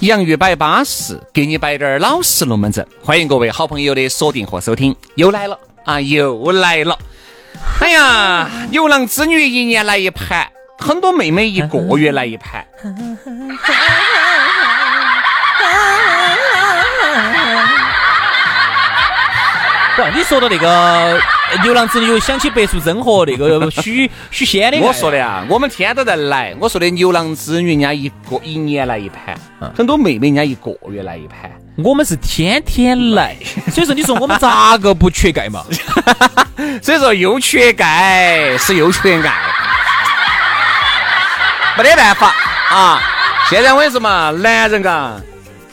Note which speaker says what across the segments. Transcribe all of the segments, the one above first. Speaker 1: 洋芋摆巴适，给你摆点儿老实龙门阵。欢迎各位好朋友的锁定和收听，又来了啊，又来了！哎呀，牛郎织女一年来一盘，很多妹妹一个月来一盘。
Speaker 2: 哇，你说到那个呃牛郎织女，又想起白素贞和那个 呃许许仙的。
Speaker 1: 我说的啊，我们天天都在来。我说的牛郎织女人家一个一年来一盘，很多妹妹人家一个月来一盘。
Speaker 2: 我们是天天来， 所以说你说我们咋个不 缺钙嘛？
Speaker 1: 所以说又缺钙是又缺钙，没得办法啊！现在我跟你说嘛，男人嘎，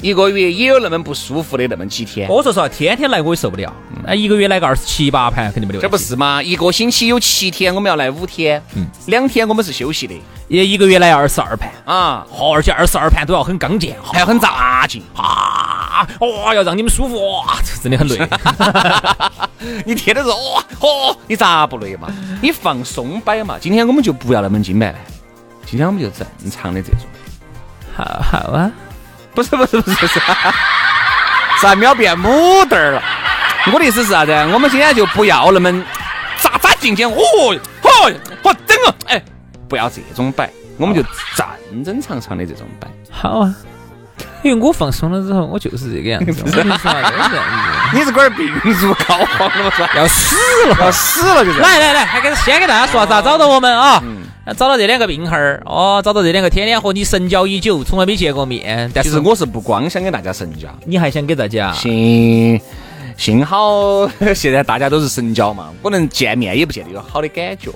Speaker 1: 一个月也有那么不舒服的那么几天。
Speaker 2: 我说实话，天天来我也受不了。那一个月来个二十七八盘肯定没得问题。
Speaker 1: 嗯这不是嘛？一个星期有七天，我们要来五天，两天我们是休息的
Speaker 2: 嗯也一个月来二十二盘，
Speaker 1: 啊，
Speaker 2: 好，而且二十二盘都要很刚健，好
Speaker 1: 还要很扎劲。
Speaker 2: 啊，哦，要让你们舒服，哇，这真的很累。
Speaker 1: 你天天说哇哦，你咋不累嘛？你放松摆嘛。今天我们就不要那么精白了，今天我们就正常的这种。
Speaker 2: 好好啊，
Speaker 1: 不是不是不是不是，啥秒变牡丹儿了？我的意思是啥子？我们今天就不要那么扎扎进去，哦嚯嚯整个，哎，不要这种摆，我们就正正常常的这种摆。
Speaker 2: 好啊。因为我放松了之后，我就是这个样 子。我跟你说啊，就是这样
Speaker 1: 你是龟儿病入膏肓了吗？是吧
Speaker 2: 子，要死了。
Speaker 1: 要死了就是。
Speaker 2: 来来来，还给先给大家说咋找到我们啊？
Speaker 1: 嗯
Speaker 2: 找到这两个病号儿哦，找到这两个天天和你神交已久，从来没见过面，但
Speaker 1: 其
Speaker 2: 是
Speaker 1: 实我是不光想给大家神交，
Speaker 2: 你还想给大家？
Speaker 1: 幸幸好 现在大家都是神交嘛，可能见面也不见得有好的感觉。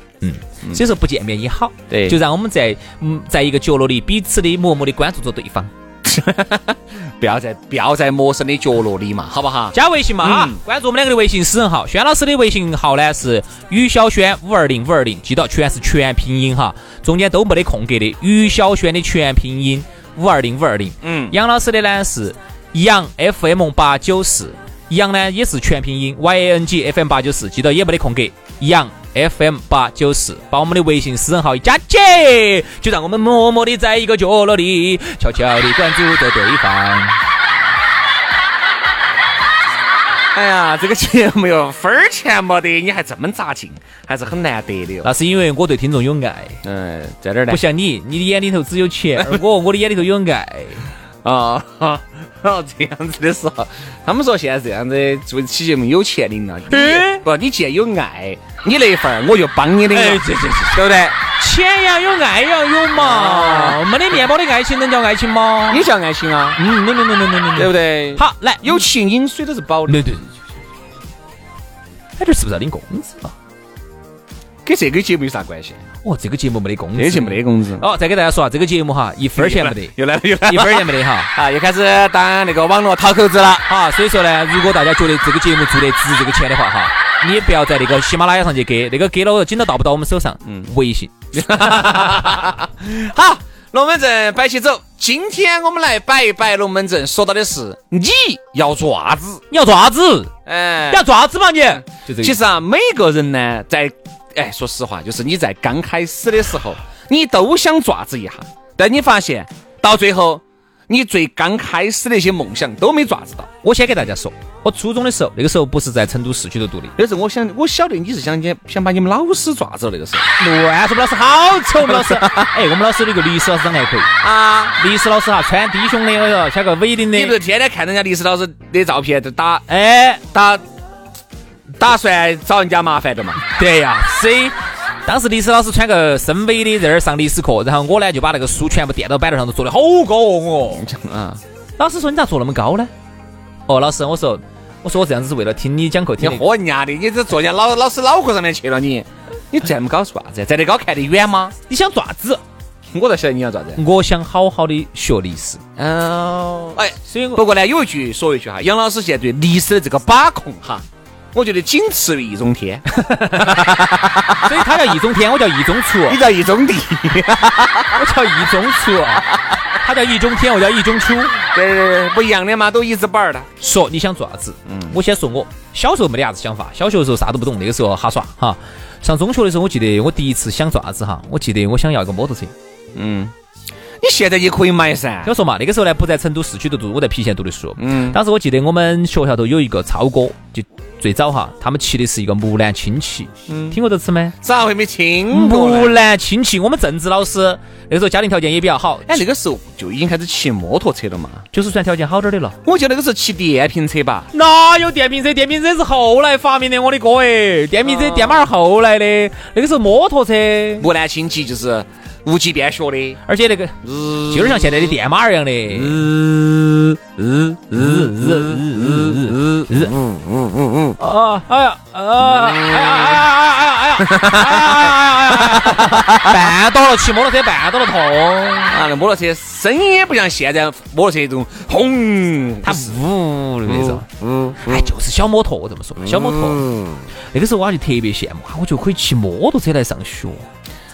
Speaker 2: 所以说不见面也好，
Speaker 1: 对
Speaker 2: 就让我们在嗯，在一个角落里彼此的默默的关注着对方，
Speaker 1: 不要在不要在陌生的角落里嘛，好不好？
Speaker 2: 加微信嘛哈
Speaker 1: 嗯，
Speaker 2: 关注我们两个的微信私人号，轩老师的微信号呢是于小轩五二零五二零，记到全是全拼音哈，中间都没得空格的，于小轩的全拼音五二零五二零。
Speaker 1: 嗯，
Speaker 2: 杨老师的呢是杨 FM 八九四，杨呢也是全拼音 Y A N G F M 八九四，记得也没得空格，杨 FM 八九四，把我们的微信私人号一加起，就让我们默默的在一个角落里悄悄的关注着对方。
Speaker 1: 哎呀，这个节目又分儿钱没得，你还这么扎劲，还是很难得的哟。
Speaker 2: 那是因为我对听众有爱，
Speaker 1: 嗯，在这儿呢
Speaker 2: 不像你，你的眼里头只有钱，而我我的眼里头有爱。
Speaker 1: 啊， 哈哈这样子的时候，他们说现在这样子做起节目有钱领了，你不，你既然有爱，你那一份儿我就帮你领了，
Speaker 2: 这这
Speaker 1: 对不对？
Speaker 2: 钱要有，爱要有嘛，没得面包的爱情能叫爱情吗？
Speaker 1: 也叫爱情啊，
Speaker 2: 嗯，没没没没没没，
Speaker 1: 对不对？，
Speaker 2: 好，来
Speaker 1: 有情饮水都是宝的。
Speaker 2: 对对对，哎，这是不是要领工资啊？
Speaker 1: 跟这个节目有啥关系？
Speaker 2: 哦，这个节目没得工资，
Speaker 1: 这个节目没得工资，
Speaker 2: 哦，再给大家说啊，这个节目哈，一分儿钱没得，
Speaker 1: 又来了又来
Speaker 2: 一分儿钱没得 哈。
Speaker 1: 啊，又开始当那个网络讨口子了。
Speaker 2: 好，所以说呢，如果大家觉得这个节目做得值这个钱的话哈，你也不要在那个喜马拉雅上去给，那个给了紧到到不到我们手上。嗯，微信。
Speaker 1: 好，龙门阵摆起走。今天我们来摆一摆龙门阵，说到的是你要做啥子？
Speaker 2: 你要做啥子？
Speaker 1: 哎
Speaker 2: 你要，做啥子嘛你？就这
Speaker 1: 其
Speaker 2: 个。
Speaker 1: 实啊，每个人呢，在哎，说实话，就是你在刚开始的时候，你都想爪子一下，但你发现到最后，你最刚开始的一些梦想都没抓子到。
Speaker 2: 我先给大家说，我初中的时候，那个时候不是在成都市区头读的，
Speaker 1: 那时候我想，我晓得你是想想想把你们老师抓走那个时候
Speaker 2: 乱说，我们老师好丑，我们老师，哎，我们老师那个历史老师长得还可以，
Speaker 1: 啊。
Speaker 2: 历史老师哈穿低胸的，我跟你说穿个 V 领
Speaker 1: 你不是
Speaker 2: 的，
Speaker 1: 天天看人家历史老师的照片，就打
Speaker 2: 哎，
Speaker 1: 打打算找人家麻烦的嘛？
Speaker 2: 对呀，谁？当时历史老师穿个深 V 的，在那儿上历史课，然后我呢就把那个书全部垫到板凳上头，坐的好高哦。
Speaker 1: 啊，
Speaker 2: 老师说你咋坐那么高呢？哦，老师，我说，我说我这样子是为了听你讲课，
Speaker 1: 你
Speaker 2: 听得
Speaker 1: 喝人家的，你这坐人家老老师脑壳上面去了你。你这么高做啥子？站得高看得远吗？
Speaker 2: 你想爪子？
Speaker 1: 我倒晓得你要咋子。
Speaker 2: 我想好好的学历史，
Speaker 1: 哦，哎，
Speaker 2: 所以我
Speaker 1: 不过呢，有一句说一句哈，杨老师现在对历史的这个把控哈，我觉得仅次于易中 天，
Speaker 2: 所以他叫易中天，我叫易中哦厨，
Speaker 1: 你叫易中地。
Speaker 2: 我叫易中厨， 他叫易中天，我叫易中秋。
Speaker 1: 对，不一样的嘛，都一字板儿的。
Speaker 2: 说你想做啥子？嗯，我先说我小时候没得啥子想法，小学的时候啥都不懂，那个时候哈耍哈。上中学的时候，我记得我第一次想做啥子哈，我记得我想要一个摩托车。
Speaker 1: 嗯，你现在也可以买噻
Speaker 2: 要。说嘛，那个时候呢不在成都市区头读，我在郫县读的书。
Speaker 1: 嗯
Speaker 2: 当时我记得我们学校头有一个超哥，就最早哈，他们骑的是一个木兰轻骑，听过这词没？
Speaker 1: 咋会没嗯听过
Speaker 2: 木
Speaker 1: 呢？
Speaker 2: 兰轻骑，我们政治老师那个时候家庭条件也比较好，
Speaker 1: 哎，那个时候就已经开始骑摩托车了嘛。
Speaker 2: 就是算条件好点儿的了。
Speaker 1: 我记得那个时候骑电瓶车吧，
Speaker 2: 哪有电瓶车？电瓶车是后来发明的，我的哥哎，电瓶车、电马儿后来的，那个时候摩托车，
Speaker 1: 木兰轻骑就是无极变学的。
Speaker 2: 而且那个就是像现在的电马儿一样的。啊！哎呀！啊！哎呀！哎呀！哎呀！哎呀！哎呀！哎呀！绊倒了，骑摩托车绊倒了痛。
Speaker 1: 啊，那摩托车声音也不像现在摩托车这种轰，
Speaker 2: 它呜的那种，哎，就是小摩托，我这么说，小摩托。那个时候我就特别羡慕，啊我就可以骑摩托车来上学。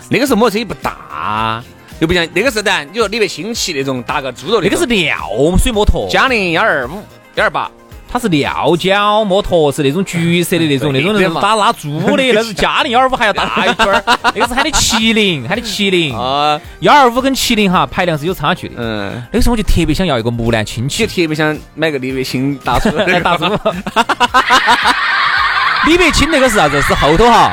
Speaker 1: 那个时候摩托车也不大，又不像那个时候呢，你说里面新奇那种打个猪肉
Speaker 2: 那个是
Speaker 1: 种
Speaker 2: 尿水摩托，
Speaker 1: 江铃幺二五幺二八，
Speaker 2: 它是料胶摩托，是那种 橘色的那种，那种
Speaker 1: 对
Speaker 2: 那
Speaker 1: 嘛
Speaker 2: 种打拉猪 的，那是嘉陵幺二五还要大一圈儿，那个是喊的麒麟，喊的麒麟，
Speaker 1: 啊，
Speaker 2: 幺二五跟麒麟哈排量是有差距的。
Speaker 1: 嗯，
Speaker 2: 那个时候我就特别想要一个木兰轻
Speaker 1: 就
Speaker 2: 骑，
Speaker 1: 特别想买个李卫星大叔
Speaker 2: 来打猪。李白清那个是啥子？是后头哈，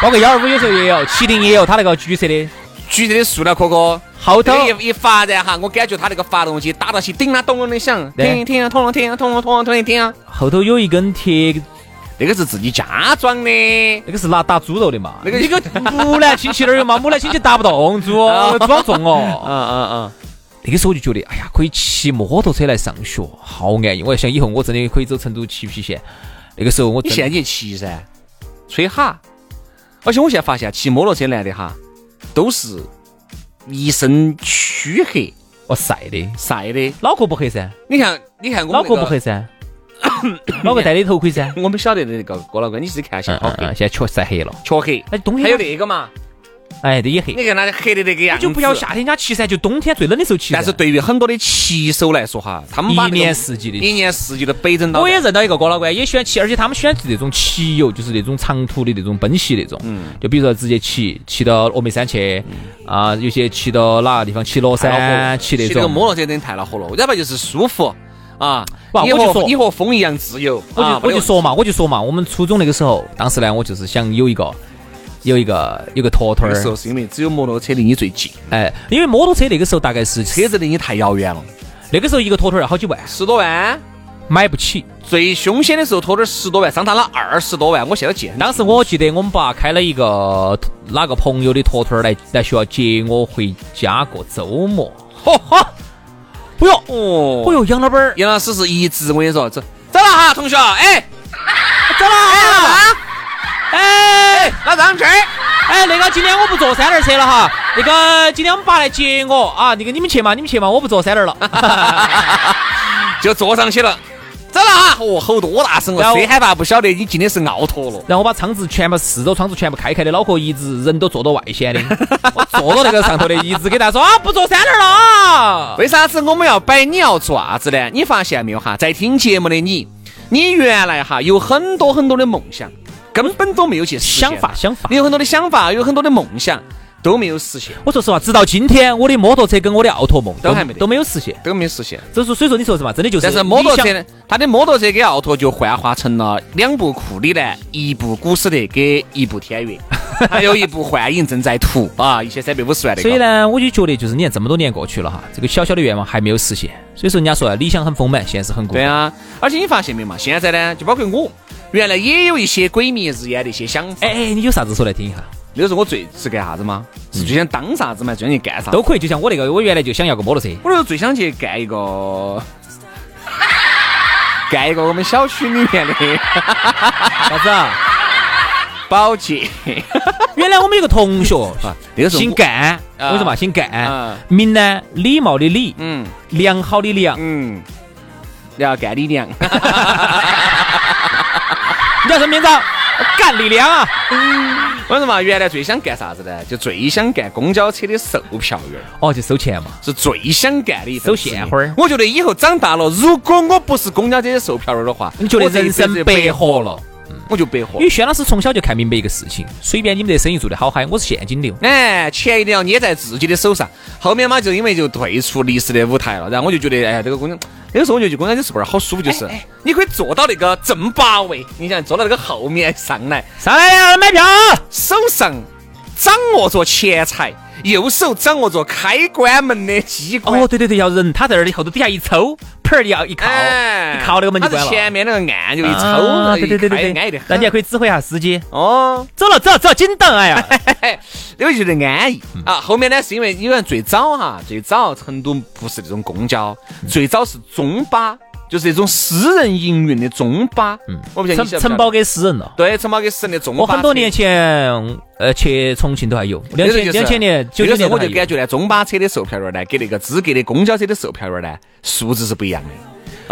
Speaker 2: 包括幺二五有时候也有，麒麟也有，它那个橘色的
Speaker 1: 橘色的塑料壳壳。
Speaker 2: 后头
Speaker 1: 这。个一一发燃哈，我感觉它那个发动机打到起叮啦咚咚的响，
Speaker 2: 对
Speaker 1: 停停咚停咚咚咚咚停。
Speaker 2: 后头有一根铁，
Speaker 1: 那个是自己家装的，
Speaker 2: 那个是拿打猪肉的嘛？
Speaker 1: 那个
Speaker 2: 那个木兰轻骑那儿有嘛？木兰轻骑打不 动猪，
Speaker 1: 啊
Speaker 2: 猪好重哦。
Speaker 1: 嗯嗯，
Speaker 2: 那个时候我就觉得，哎呀，可以骑摩托车来上学，好安逸。我在想，以后我真的可以走成都骑郫县。那个时候我
Speaker 1: 你
Speaker 2: 真
Speaker 1: 现在
Speaker 2: 的
Speaker 1: 你骑噻，吹哈。而且我现在发现骑摩托车男的哈，都是一身黢黑
Speaker 2: 我晒的，
Speaker 1: 晒的。
Speaker 2: 脑壳不黑噻，
Speaker 1: 你看，你看我
Speaker 2: 脑
Speaker 1: 们
Speaker 2: 壳
Speaker 1: 那
Speaker 2: 不
Speaker 1: 个，
Speaker 2: 黑噻，脑壳戴的头盔 噻。
Speaker 1: 我们晓得的那个郭老官，你自己看一
Speaker 2: 嗯
Speaker 1: 下，好
Speaker 2: 嗯
Speaker 1: 黑
Speaker 2: 嗯，，现在确实晒黑了。
Speaker 1: 黢黑。
Speaker 2: 那冬
Speaker 1: 哦还有
Speaker 2: 天嘛，
Speaker 1: 那个嘛，
Speaker 2: 哎，这也黑。
Speaker 1: 你看他黑的那个样
Speaker 2: 你
Speaker 1: 子。
Speaker 2: 就不要。夏天人家骑噻，就冬天最冷的时候骑噻。
Speaker 1: 但是对于很多的骑手来说哈，他们把那
Speaker 2: 一
Speaker 1: 个
Speaker 2: 年四季的
Speaker 1: 一
Speaker 2: 骑。
Speaker 1: 年四季都北整到。
Speaker 2: 我也认到一个哥老倌，也喜欢骑，而且他们喜欢骑那种骑游，就是那种长途的那种奔袭那种。
Speaker 1: 嗯
Speaker 2: 就比如说直接骑骑到峨眉山去，啊，有些骑到哪个地方，骑乐
Speaker 1: 哎
Speaker 2: 山，骑那
Speaker 1: 这个
Speaker 2: 种。
Speaker 1: 摩托车真的太恼火了，要不然就是舒服啊，
Speaker 2: 哇
Speaker 1: 你
Speaker 2: 我就
Speaker 1: 和
Speaker 2: 说
Speaker 1: 你和风一样自由，
Speaker 2: 我就、
Speaker 1: 啊
Speaker 2: 我
Speaker 1: 没有
Speaker 2: 就说嘛，我就说嘛，我们初中那个时候，当时呢，我就是想有一个有一个有个坨坨
Speaker 1: 那
Speaker 2: 儿
Speaker 1: 个，时候是因为只有摩托车离你最近，
Speaker 2: 哎，因为摩托车那个时候大概是
Speaker 1: 车子离你太遥远了，
Speaker 2: 那个时候一个坨坨儿要好几万，
Speaker 1: 十多万。
Speaker 2: 买不起。
Speaker 1: 最凶险的时候，拖点十多万，上趟了二十多万，我现在见
Speaker 2: 当时我记得我们爸开了一个哪个朋友的坨坨儿来来学校接我回家过周末，嚯嚯，哎呦，
Speaker 1: 哦
Speaker 2: 哎，呦，杨老板儿，
Speaker 1: 杨老师是一直我跟你说，走走了哈，同学，哎，
Speaker 2: 走了啊，哎
Speaker 1: 老张这儿，
Speaker 2: 哎，那个今天我不坐三轮车了哈，那个今天我们爸来接我啊，那个你们去嘛，你们去嘛，我不坐三轮了。
Speaker 1: 就坐上去了，走了哈，哦，吼多大声
Speaker 2: 然
Speaker 1: 哦，
Speaker 2: 后
Speaker 1: 谁害怕不晓得你今天是奥拓了，
Speaker 2: 然后我把窗子全部四周窗子全部开开的，脑壳一直人都坐到外显的，我坐到那个上头的，一直给大家说啊，不坐三轮了啊。
Speaker 1: 为啥子我们要摆？你要做啥子呢？你发现没有哈，在听节目的你，你原来哈有很多很多的梦想，根本都没有去实现
Speaker 2: 想法想法
Speaker 1: 你有很多的想法，有很多的梦想，都没有实现，
Speaker 2: 我说实话，直到今天，我的摩托车跟我的奥拓梦
Speaker 1: 都还没得
Speaker 2: 都没有实现。
Speaker 1: 都没实现。
Speaker 2: 这是所以说你说什么？真的就是。
Speaker 1: 但是摩托车哎
Speaker 2: 呢？
Speaker 1: 呢，他的摩托车跟奥拓就幻化成了两部库里南，一部古斯特跟一部天悦，还有一部幻影正在途啊，一千三百五十万的。
Speaker 2: 所以，呢，我就觉得就是你看这么多年过去了哈，这个小小的愿望还没有实现。所以说人家说啊理想很丰满，现实很骨
Speaker 1: 对啊，而且你发现没嘛，现在呢，就包括我，原来也有一些鬼迷日眼的一些想法
Speaker 2: 哎。哎，你有啥子说来听一下？
Speaker 1: 那时候我最是干啥子吗？是最想当啥子嘛，最想去干啥子。
Speaker 2: 嗯都可以，就像我那个，我原来就想要个摩托车。
Speaker 1: 我那时候最想去干一个，干一个我们小区里面的
Speaker 2: 啥子啊？
Speaker 1: 保洁。
Speaker 2: 原来我们有个 同学，啊
Speaker 1: 那个时候我
Speaker 2: 姓干，
Speaker 1: 啊
Speaker 2: 为什么姓
Speaker 1: 啊
Speaker 2: 干？名呢，礼貌的礼，
Speaker 1: 嗯
Speaker 2: 良好的良。
Speaker 1: 嗯，要干你娘。
Speaker 2: 你叫什么 名字啊？干力量啊！
Speaker 1: 我说嘛，原来最想干啥子呢？就最想干公交车的售票员，
Speaker 2: 哦，就收钱嘛。
Speaker 1: 是最想干的一份
Speaker 2: 收
Speaker 1: 事情
Speaker 2: 现花儿
Speaker 1: 我觉得以后长大了，如果我不是公交车的售票员的话，
Speaker 2: 你觉得
Speaker 1: 我这一辈
Speaker 2: 人
Speaker 1: 子
Speaker 2: 生
Speaker 1: 就
Speaker 2: 白活了？
Speaker 1: 我就白活
Speaker 2: 因。为轩老师从小就看明白一个事情，随便你们这生意做得好嗨，我是现金流。
Speaker 1: 哎，钱一定要捏在自己的手上。后面嘛，就因为就退出历史的舞台了，然后我就觉得，哎，这个公交，那个时候我就觉得公交车是不是好舒服？
Speaker 2: 哎
Speaker 1: 就是、你可以坐到那个正八位，你想坐到那个后面上来，
Speaker 2: 上来呀，买票！
Speaker 1: 手上掌握着钱财，右手掌握着开关门的机关。
Speaker 2: 哦，对对对，要人，他在那里后头底下一抽，盆儿要一靠，
Speaker 1: 哎，
Speaker 2: 一靠那个门就
Speaker 1: 它
Speaker 2: 关
Speaker 1: 是
Speaker 2: 了。
Speaker 1: 前面那个按就一抽，
Speaker 2: 啊对对对
Speaker 1: 一
Speaker 2: 对
Speaker 1: 开安逸的
Speaker 2: 对，
Speaker 1: 很。
Speaker 2: 那你还可以指挥一下司机，
Speaker 1: 哦，
Speaker 2: 走了走了走了，紧等，哎呀，
Speaker 1: 哎，那我就觉得安逸
Speaker 2: 嗯
Speaker 1: 啊。后面呢，是因为因为最早哈，最早成都不是那种公交，
Speaker 2: 嗯
Speaker 1: 最早是中巴，就是那种私人营运的中巴。嗯，我不晓得
Speaker 2: 承
Speaker 1: 你晓不晓得
Speaker 2: 承包给私人了。
Speaker 1: 对承包给私人的中巴。
Speaker 2: 我很多年。前，呃，去重庆都还有，两
Speaker 1: 那个就
Speaker 2: 千
Speaker 1: 是
Speaker 2: 两千年
Speaker 1: 那
Speaker 2: 九
Speaker 1: 个
Speaker 2: 九
Speaker 1: 时
Speaker 2: 年
Speaker 1: 候
Speaker 2: 都
Speaker 1: 我
Speaker 2: 还
Speaker 1: 就
Speaker 2: 有
Speaker 1: 感。觉呢，中巴车的售票员呢，跟那个资格的公交车的售票员呢，素质是不一样的。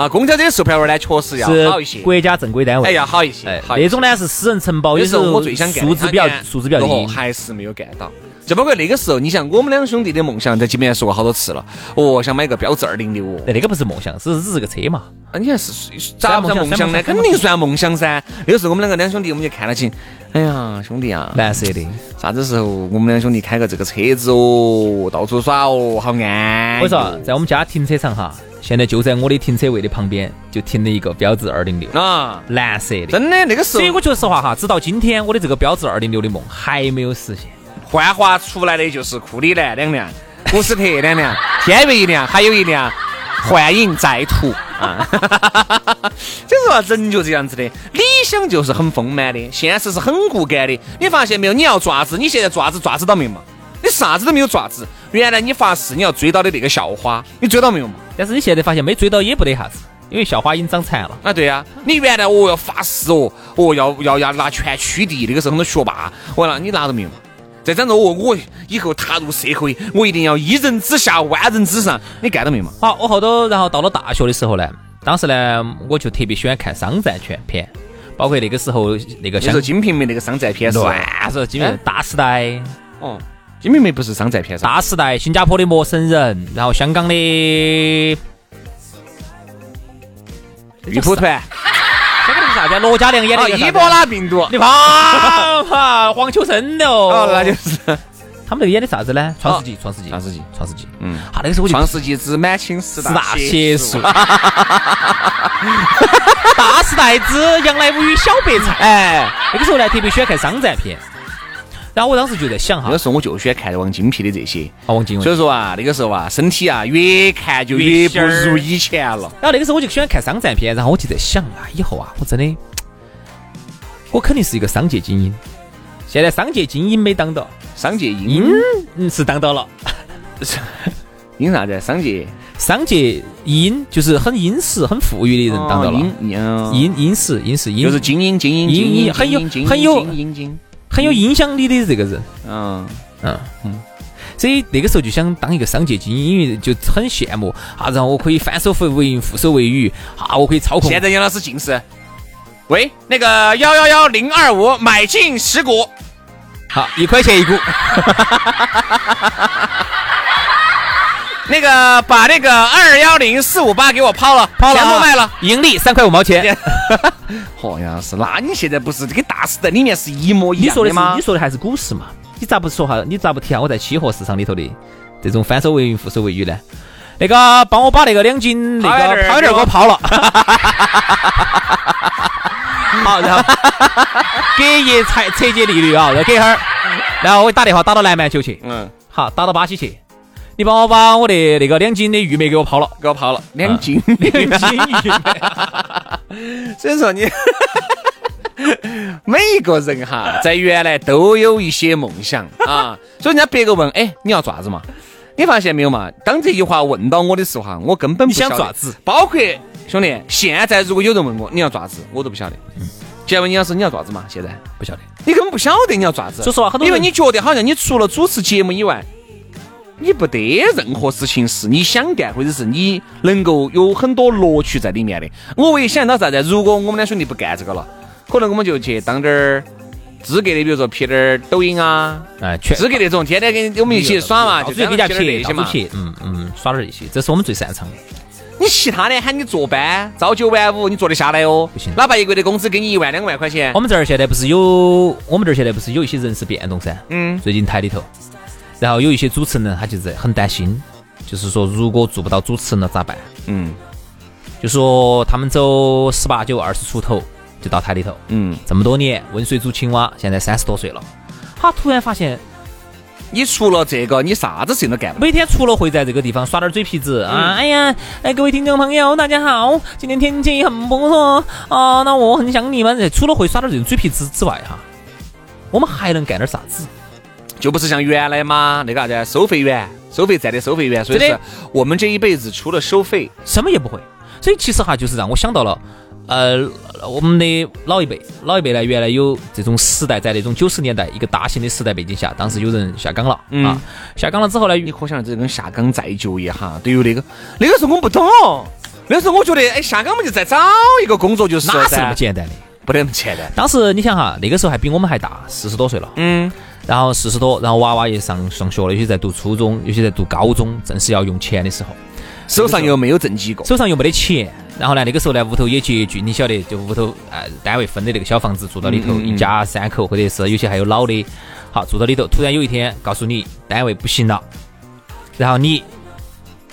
Speaker 1: 啊，公交车的售票员呢，确实要好一些
Speaker 2: 是，国家正规单位，
Speaker 1: 哎，要好一些
Speaker 2: 哎，
Speaker 1: 好一些
Speaker 2: 那种呢是私人承包，
Speaker 1: 那
Speaker 2: 有
Speaker 1: 时
Speaker 2: 时
Speaker 1: 候
Speaker 2: 候
Speaker 1: 我最想干的，
Speaker 2: 素质比较
Speaker 1: 他干
Speaker 2: 素质比较
Speaker 1: 然后
Speaker 2: 低。
Speaker 1: 还是没有干到。就包括那个时候，你想我们两兄弟的梦想，在节目上说过好多次了。哦，想买个标致二零六哦。
Speaker 2: 哎那那个不是梦想，只是只是个车嘛。
Speaker 1: 啊，你看是是咋不算梦想呢？
Speaker 2: 算梦想
Speaker 1: 肯定算梦想噻。那个时候我们两个两兄弟，我们就看得清。哎呀，兄弟啊，
Speaker 2: 蓝色的，
Speaker 1: 啥子时候我们两兄弟开个这个车子哦，到处耍哦，好安逸哦。
Speaker 2: 我说在我们家停车场哈，现在就在我的停车位的旁边就停了一个标致二零六，
Speaker 1: 啊，
Speaker 2: 蓝色的。
Speaker 1: 真的那个时
Speaker 2: 所以
Speaker 1: 候
Speaker 2: 我觉得实话哈，直到今天我的这个标致二零六的梦还没有实现。
Speaker 1: 幻化出来的就是库里南两辆， 古斯特两辆，天悦一辆，还有一辆幻影在途啊。 所以说啊，人就这样子的，理想就是很丰满的，现实是很骨感的。你发现没有？你要爪子，你现在爪子爪子到没有嘛？你啥子都没有爪子。原来你发誓你要追到的那个校花，你追到没有嘛？
Speaker 2: 但是你现在发现没追到也不得啥子，因为校花已经长残了。
Speaker 1: 啊，对呀、你原来我要发誓哦，我要要要拿全区第一，那个时候很多学霸，我让你拿到没有嘛？再这样子我我以后踏入社会，我一定要一人之下万人之上，你干到没嘛？
Speaker 2: 好，我后头然后到了大学的时候呢，当时呢我就特别喜欢看商战全片，包括那个时候那个
Speaker 1: 那时
Speaker 2: 像
Speaker 1: 候《金瓶梅》那个商战片是吧
Speaker 2: 乱说，基本上大时代。
Speaker 1: 哦，《金瓶梅》不是商战片是吧？
Speaker 2: 大时代，新加坡的陌生人，然后香港的
Speaker 1: 玉蒲团
Speaker 2: 香港的是啥子啊？罗嘉良演的
Speaker 1: 啊，
Speaker 2: 一个啥子
Speaker 1: 伊啊波拉病毒
Speaker 2: 你怕怕黄秋生的哦
Speaker 1: 哦，那就是哦
Speaker 2: 他们那个演的啥子呢？创世纪，创世纪，
Speaker 1: 创世纪
Speaker 2: 创世纪。啊
Speaker 1: 嗯
Speaker 2: 好，那个时候我就
Speaker 1: 创世纪之满清十
Speaker 2: 四
Speaker 1: 大
Speaker 2: 大
Speaker 1: 邪
Speaker 2: 邪
Speaker 1: 术啊
Speaker 2: 术，，大时代之杨乃武与小白菜。哎，那个时候呢，特别喜欢看商战片。然后我当时就在想
Speaker 1: 那
Speaker 2: 哈
Speaker 1: 个，时候我就喜欢看王金皮的这些，
Speaker 2: 啊，王晶，
Speaker 1: 所以说啊，那个时候啊，身体啊越看就越不如以前了。
Speaker 2: 然后那个时候我就喜欢看商战片，然后我就在想啊，以后啊，我真的，我肯定是一个商界精英。现在商界精英没当到，
Speaker 1: 商界英
Speaker 2: 英嗯是当到了，
Speaker 1: 英啥子？商界
Speaker 2: 商界英就是很殷实、很富裕
Speaker 1: 哦
Speaker 2: 的人当到了，
Speaker 1: 英
Speaker 2: 殷殷实、殷实、
Speaker 1: 哦就是
Speaker 2: 殷
Speaker 1: 精英精英
Speaker 2: 英
Speaker 1: 精英，
Speaker 2: 英很有
Speaker 1: 精英
Speaker 2: 很有
Speaker 1: 精英精英，
Speaker 2: 很有影响力的这个人，
Speaker 1: 嗯，
Speaker 2: 嗯嗯。所以那个时候就想当一个商界精英，因为就很羡慕啊，然后我可以翻手为云，覆手为雨啊，我可以操控。
Speaker 1: 现在杨老师近视。喂，那个幺幺幺零二五买进十股，
Speaker 2: 好，一块 钱一股，
Speaker 1: 那个把那个二幺零四五八给我抛了，
Speaker 2: 好
Speaker 1: 全
Speaker 2: 啊
Speaker 1: 部卖了。，
Speaker 2: 盈利三块五毛钱。
Speaker 1: 好像是，那你现在不是跟大时代里面是一模一
Speaker 2: 你
Speaker 1: 样
Speaker 2: 说的
Speaker 1: 的
Speaker 2: 是
Speaker 1: 吗
Speaker 2: 你？说的还是股市嘛？你咋不说话？你咋不提下我在期货市场里头的这种翻手为云覆手为雨呢？那个，帮我把那个两斤那个泡
Speaker 1: 泡面
Speaker 2: 面给
Speaker 1: 给
Speaker 2: 我
Speaker 1: 我
Speaker 2: 泡了。 好，然后 给一拆拆解利率啊，再给一会儿，然后我打电话打到南半球去，
Speaker 1: 嗯，
Speaker 2: 好，打到巴西去。你帮我把我的那个两斤的玉梅给我泡了，
Speaker 1: 给我抛了嗯两斤。
Speaker 2: 两斤玉梅。
Speaker 1: 所以说你每一个人哈，在原来都有一些梦想啊， 所以人家别个问，哎，你要做啥子嘛？你发现没有嘛？当这句话问到我的时候哈，我根本不
Speaker 2: 你想
Speaker 1: 晓得
Speaker 2: 做啥子。
Speaker 1: 包括兄弟，现在如果有人问我你要做啥子，我都不晓得。既然问你老师你要做啥子嘛？现在
Speaker 2: 不晓得，
Speaker 1: 你根本不晓得你要做啥子。
Speaker 2: 说实话很多人
Speaker 1: 因为你觉得好像你除了主持节目以外，你不得任何事情是你想干，或者是你能够有很多乐趣在里面的。我唯一想到啥子？如果我们两兄弟不干这个了，可能我们就去当点儿资格的，比如说拍点儿抖音啊，
Speaker 2: 哎，全
Speaker 1: 资格那种，天天跟我们一起耍嘛，
Speaker 2: 到
Speaker 1: 就
Speaker 2: 哦处给家
Speaker 1: 专门
Speaker 2: 撇，
Speaker 1: 撇点儿这
Speaker 2: 到处
Speaker 1: 些嘛。
Speaker 2: 撇，嗯嗯，耍点儿这些，这是我们最擅长的。
Speaker 1: 你其他的喊你坐班，朝九晚五，你做得下来哦？
Speaker 2: 不行哦
Speaker 1: 哪怕一个月的工资给你一万两万块钱
Speaker 2: 我，们这儿现在不是有，我们这儿现在不是有一些人事变动噻？
Speaker 1: 嗯
Speaker 2: 最近台里头，然后有一些主持人他就是很担心，就是说如果做不到主持人了咋办？
Speaker 1: 嗯
Speaker 2: 就说他们走十八九、二十出头就到台里头，
Speaker 1: 嗯，
Speaker 2: 这么多年温水煮青蛙，现在三十多岁了，他突然发现
Speaker 1: 你除了这个，你啥子事情都干不了。
Speaker 2: 每天除了会在这个地方耍点儿嘴皮子
Speaker 1: 嗯
Speaker 2: 啊，哎呀，哎，各位听众朋友，大家好，今天天气很不错啊，那我很想你们。除了会耍点儿这种嘴皮子之外，哈，我们还能干点儿啥子？
Speaker 1: 就不是像原来嘛那个啥子收费员、收费站的收费员，所以
Speaker 2: 对
Speaker 1: 是
Speaker 2: 的
Speaker 1: 我们这一辈子除了收费，
Speaker 2: 什么也不会。所以其实哈，就是让我想到了，呃，我们的老一辈，老一辈呢，原来有这种时代，在那种九十年代一个大型的时代背景下，当时有人下岗了、
Speaker 1: 嗯
Speaker 2: 啊，下岗了之后呢，
Speaker 1: 你可想而知，跟下岗再就业哈，对于那个那个时候我们不懂，那个时候我觉得哎下岗嘛就再找一个工作就是了
Speaker 2: 哪是那
Speaker 1: 噻
Speaker 2: 么，简单的？
Speaker 1: 不得那么简单。
Speaker 2: 当时你想哈，那个时候还比我们还大，四十多岁了，
Speaker 1: 嗯，
Speaker 2: 然后四十多，然后娃娃也上上学了，有些在读初中，有些在读高中，正是要用钱的时候，
Speaker 1: 手上又没有挣几个，
Speaker 2: 手上又没得钱，然后呢，那个时候呢，屋头也拮据，你晓得，就屋头呃单位分的那个小房子住到里头，
Speaker 1: 嗯嗯嗯
Speaker 2: 一家三口，或者是有些还有老的，好住到里头。突然有一天告诉你单位不行了，然后你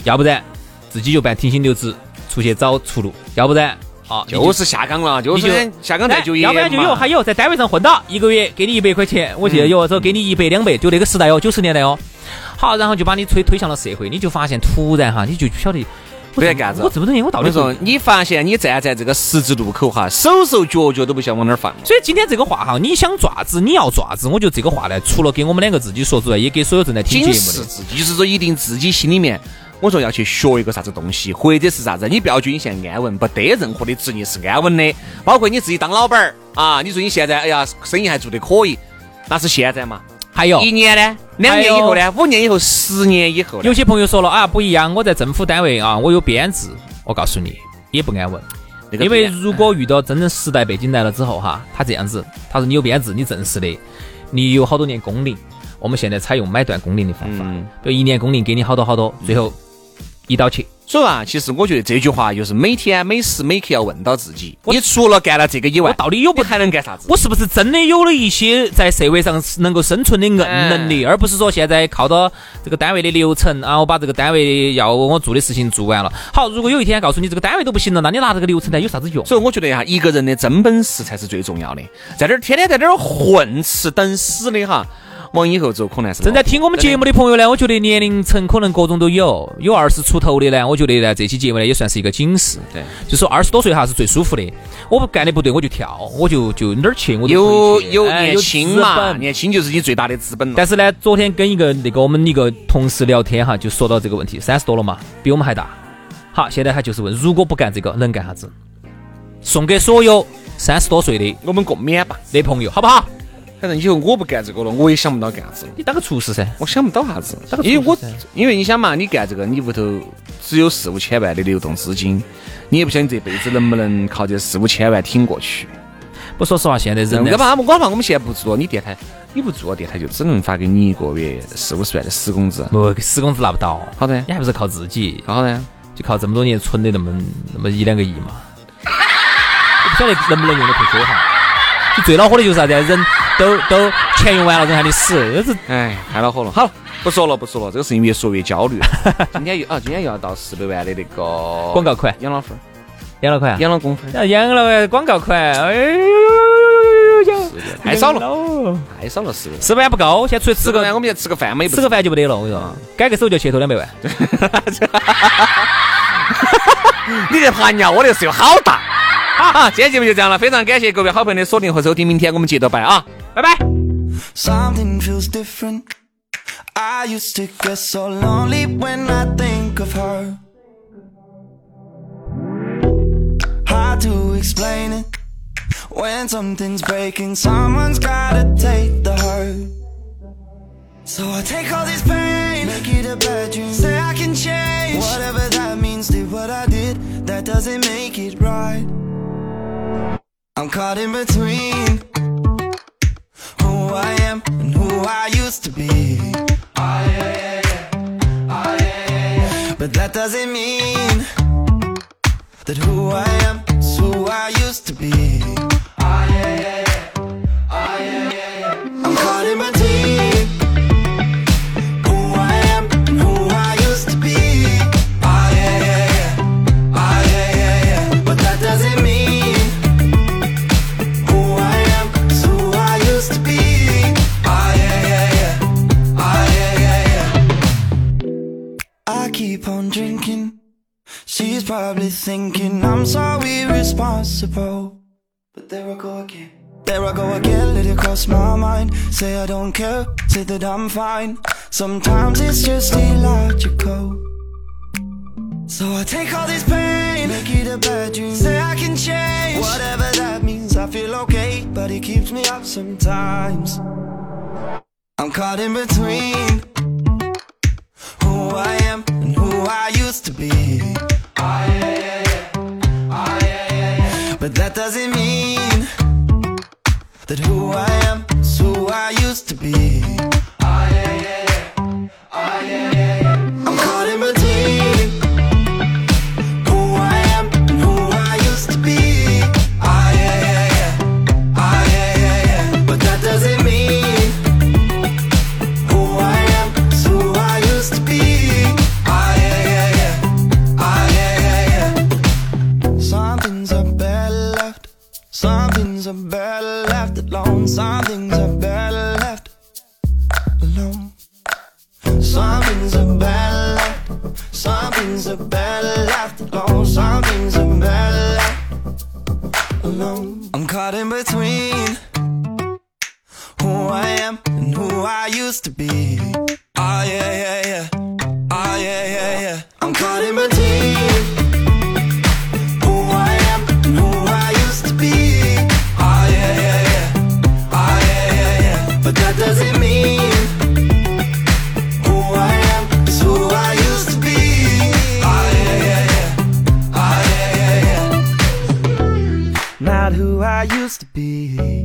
Speaker 2: 要不然自己就办停薪留职，出去找出路，要不然啊你
Speaker 1: 就是下岗了，就
Speaker 2: 你就是
Speaker 1: 下岗再就业
Speaker 2: 哎要
Speaker 1: 嘛，嗯
Speaker 2: 不然就有还有在单位上混到一个月给你一百块钱，我记得有时候给你一百两百，就那个时代哦，九十年代哦。好，然后就把你推推向了社会，你就发现突然哈，你就不晓得
Speaker 1: 都
Speaker 2: 我
Speaker 1: 在
Speaker 2: 怎么
Speaker 1: 干啥子
Speaker 2: 我这么多年我到
Speaker 1: 我
Speaker 2: 底
Speaker 1: 跟
Speaker 2: 是
Speaker 1: 你说，你发现你站在这个十字路口哈，手手脚脚都不想往哪儿放了。
Speaker 2: 所以今天这个话哈，你想爪子，你要爪子，我觉得这个话呢，除了给我们两个自己说之外，也给所有正在听节
Speaker 1: 警
Speaker 2: 目
Speaker 1: 示
Speaker 2: 的。
Speaker 1: 自己，就是说一定自己心里面，我说要去学一个啥子东西，或者是啥子，你不要觉得你现在安稳，不得任何的职业是安稳的，包括你自己当老板儿啊，你说你现在哎呀生意还做得可以，那是现在嘛，
Speaker 2: 还有
Speaker 1: 一年呢，两年以后呢，五年以后，十年以后呢
Speaker 2: 哎有，些朋友说了啊，不一样，我在政府单位啊，我有编制，我告诉你也不安稳，
Speaker 1: 那个
Speaker 2: 因为
Speaker 1: 变
Speaker 2: 如果遇到真正时代背景来了之后哈，他这样子，他说你有编制，你正式的，你有好多年工龄，我们现在采用买断工龄的方法，
Speaker 1: 嗯
Speaker 2: 就一年工龄给你好多好多，最后一刀切。
Speaker 1: 所以啊，其实我觉得这句话就是每天每时每刻要问到自己，
Speaker 2: 我
Speaker 1: 你除了干了这个以
Speaker 2: 我
Speaker 1: 外，
Speaker 2: 到底有不
Speaker 1: 你还能干啥子？
Speaker 2: 我是不是真的有了一些在社会上是能够生存的硬能
Speaker 1: 哎
Speaker 2: 力，而不是说现在靠到这个单位的流程啊，我把这个单位要我做的事情做完了。好，如果有一天告诉你这个单位都不行了，那你拿这个流程来有啥子用？
Speaker 1: 所以我觉得哈，一个人的真本事才是最重要的。在这儿天天在这儿混吃等死的哈，往以后走可能还是
Speaker 2: 正在听我们节目
Speaker 1: 的。
Speaker 2: 的朋友呢，我觉得年龄层可能各种都有，有二十出头的呢，我觉得呢这期节目呢也算是一个警示，
Speaker 1: 对，
Speaker 2: 就说二十多岁哈是最舒服的。我不干的不对，我就跳，我就就哪儿去我
Speaker 1: 有
Speaker 2: 都可以去
Speaker 1: 有
Speaker 2: 哎
Speaker 1: 年轻
Speaker 2: 资
Speaker 1: 嘛，
Speaker 2: 本
Speaker 1: 年轻就是你最大的资本了。
Speaker 2: 但是呢，昨天跟一个那个我们一个同事聊天哈，就说到这个问题，三十多了嘛，比我们还大。好，现在他就是问，如果不干这个，能干啥子？送给所有三十多岁的
Speaker 1: 我们共勉吧，
Speaker 2: 的朋友，好不好？
Speaker 1: 反正以后我不干这个了，我也想不到干啥子了。
Speaker 2: 你当个厨师噻，
Speaker 1: 我想不到啥子
Speaker 2: 那个，
Speaker 1: 因为我
Speaker 2: 厨师噻
Speaker 1: 因为你想嘛，你干这个，你屋头只有四五千万的流动资金，你也不晓得你这辈子能不能靠这四五千万挺过去。
Speaker 2: 不说实话，现在人
Speaker 1: 我
Speaker 2: 呢，
Speaker 1: 怕我怕我们现在不做你电台，你不做电台就只能发给你一个月四五十万的死工资。
Speaker 2: 不，死工资拿不到，
Speaker 1: 好的
Speaker 2: 你还不是靠自己，
Speaker 1: 然后呢？
Speaker 2: 就靠这么多年存 的那么那么一两个亿嘛。我不晓得能不能用得回去哈。就最恼火的就是啥子？人都都钱用完了，人还得死，这是
Speaker 1: 哎，太恼火了。好了，不说了，不说了，这个事情越说越焦虑。 今天又啊，今天又要到四百万的那个
Speaker 2: 广告款
Speaker 1: 养老分儿、
Speaker 2: 养老款啊，
Speaker 1: 养老公分儿，
Speaker 2: 养养老广告款，哎呦，
Speaker 1: 太少了，
Speaker 2: 了，
Speaker 1: 太少了，四百万。
Speaker 2: 四百万不够，先出去吃
Speaker 1: 四个
Speaker 2: 个
Speaker 1: 人我们连吃个饭嘛也不
Speaker 2: 吃个饭就没得了，我跟你说，改个手就切头两百万。
Speaker 1: 你这爬尿，我这事有好大。好，好今天节目就这样了，非常感谢各位好朋友的锁定和收听，明天我们接着拜啊，拜拜。
Speaker 3: Something feels different. I used to get so lonely when I think of her. Hard to explain it. When something's breaking, someone's gotta take the hurt. So I take all this pain, make it a bad dream. Say I can change, whatever that means. Did what I did, that doesn't make it right. I'm caught in between who I am and who I used to be. But that doesn't mean that who I am is who I used to be. I'm caught in between who I am and who I used to be. But that doesn't mean who I am is who I used to be. Ah, yeah, yeah, yeah. Ah, yeah, yeah, yeah. I keep on drinking. She's probably thinking I'm so irresponsible. But there I go again. There I go again, let it cross my mind. Say I don't care, say that I'm fine. Sometimes it's just illogical. So I take all this pain, make it a bad dream. Say I can change, whatever that means. I feel okay, but it keeps me up sometimes. I'm caught in between who I am and who I used to be. Ah, yeah, yeah, yeah. Ah, yeah, yeah, yeah. But that doesn't mean that who I am is who I used to be. Ah, yeah, yeah, yeah. Ah, yeah, yeah, yeah. I'm caught in between who I am and who I used to be. Ah, yeah, yeah, yeah. Ah, yeah, yeah, yeah. But that doesn't mean who I am is who I used to be. Ah, yeah, yeah, yeah. Ah, yeah, yeah, yeah. Something's a better left. Something's a better left alone. Something's a better left alone. Something's a better left. Something's a better left alone. Something's a better left alone. I'm caught in between who I am and who I used to be. Ah yeah yeah yeah. Ah yeah yeah yeah. I'm caught in between. Who I am and who I used to be. Ah yeah yeah yeah. Ah yeah yeah yeah. But that doesn't mean. Who I am is who I used to be. Ah yeah yeah yeah. Ah yeah yeah yeah. Not who I used to be.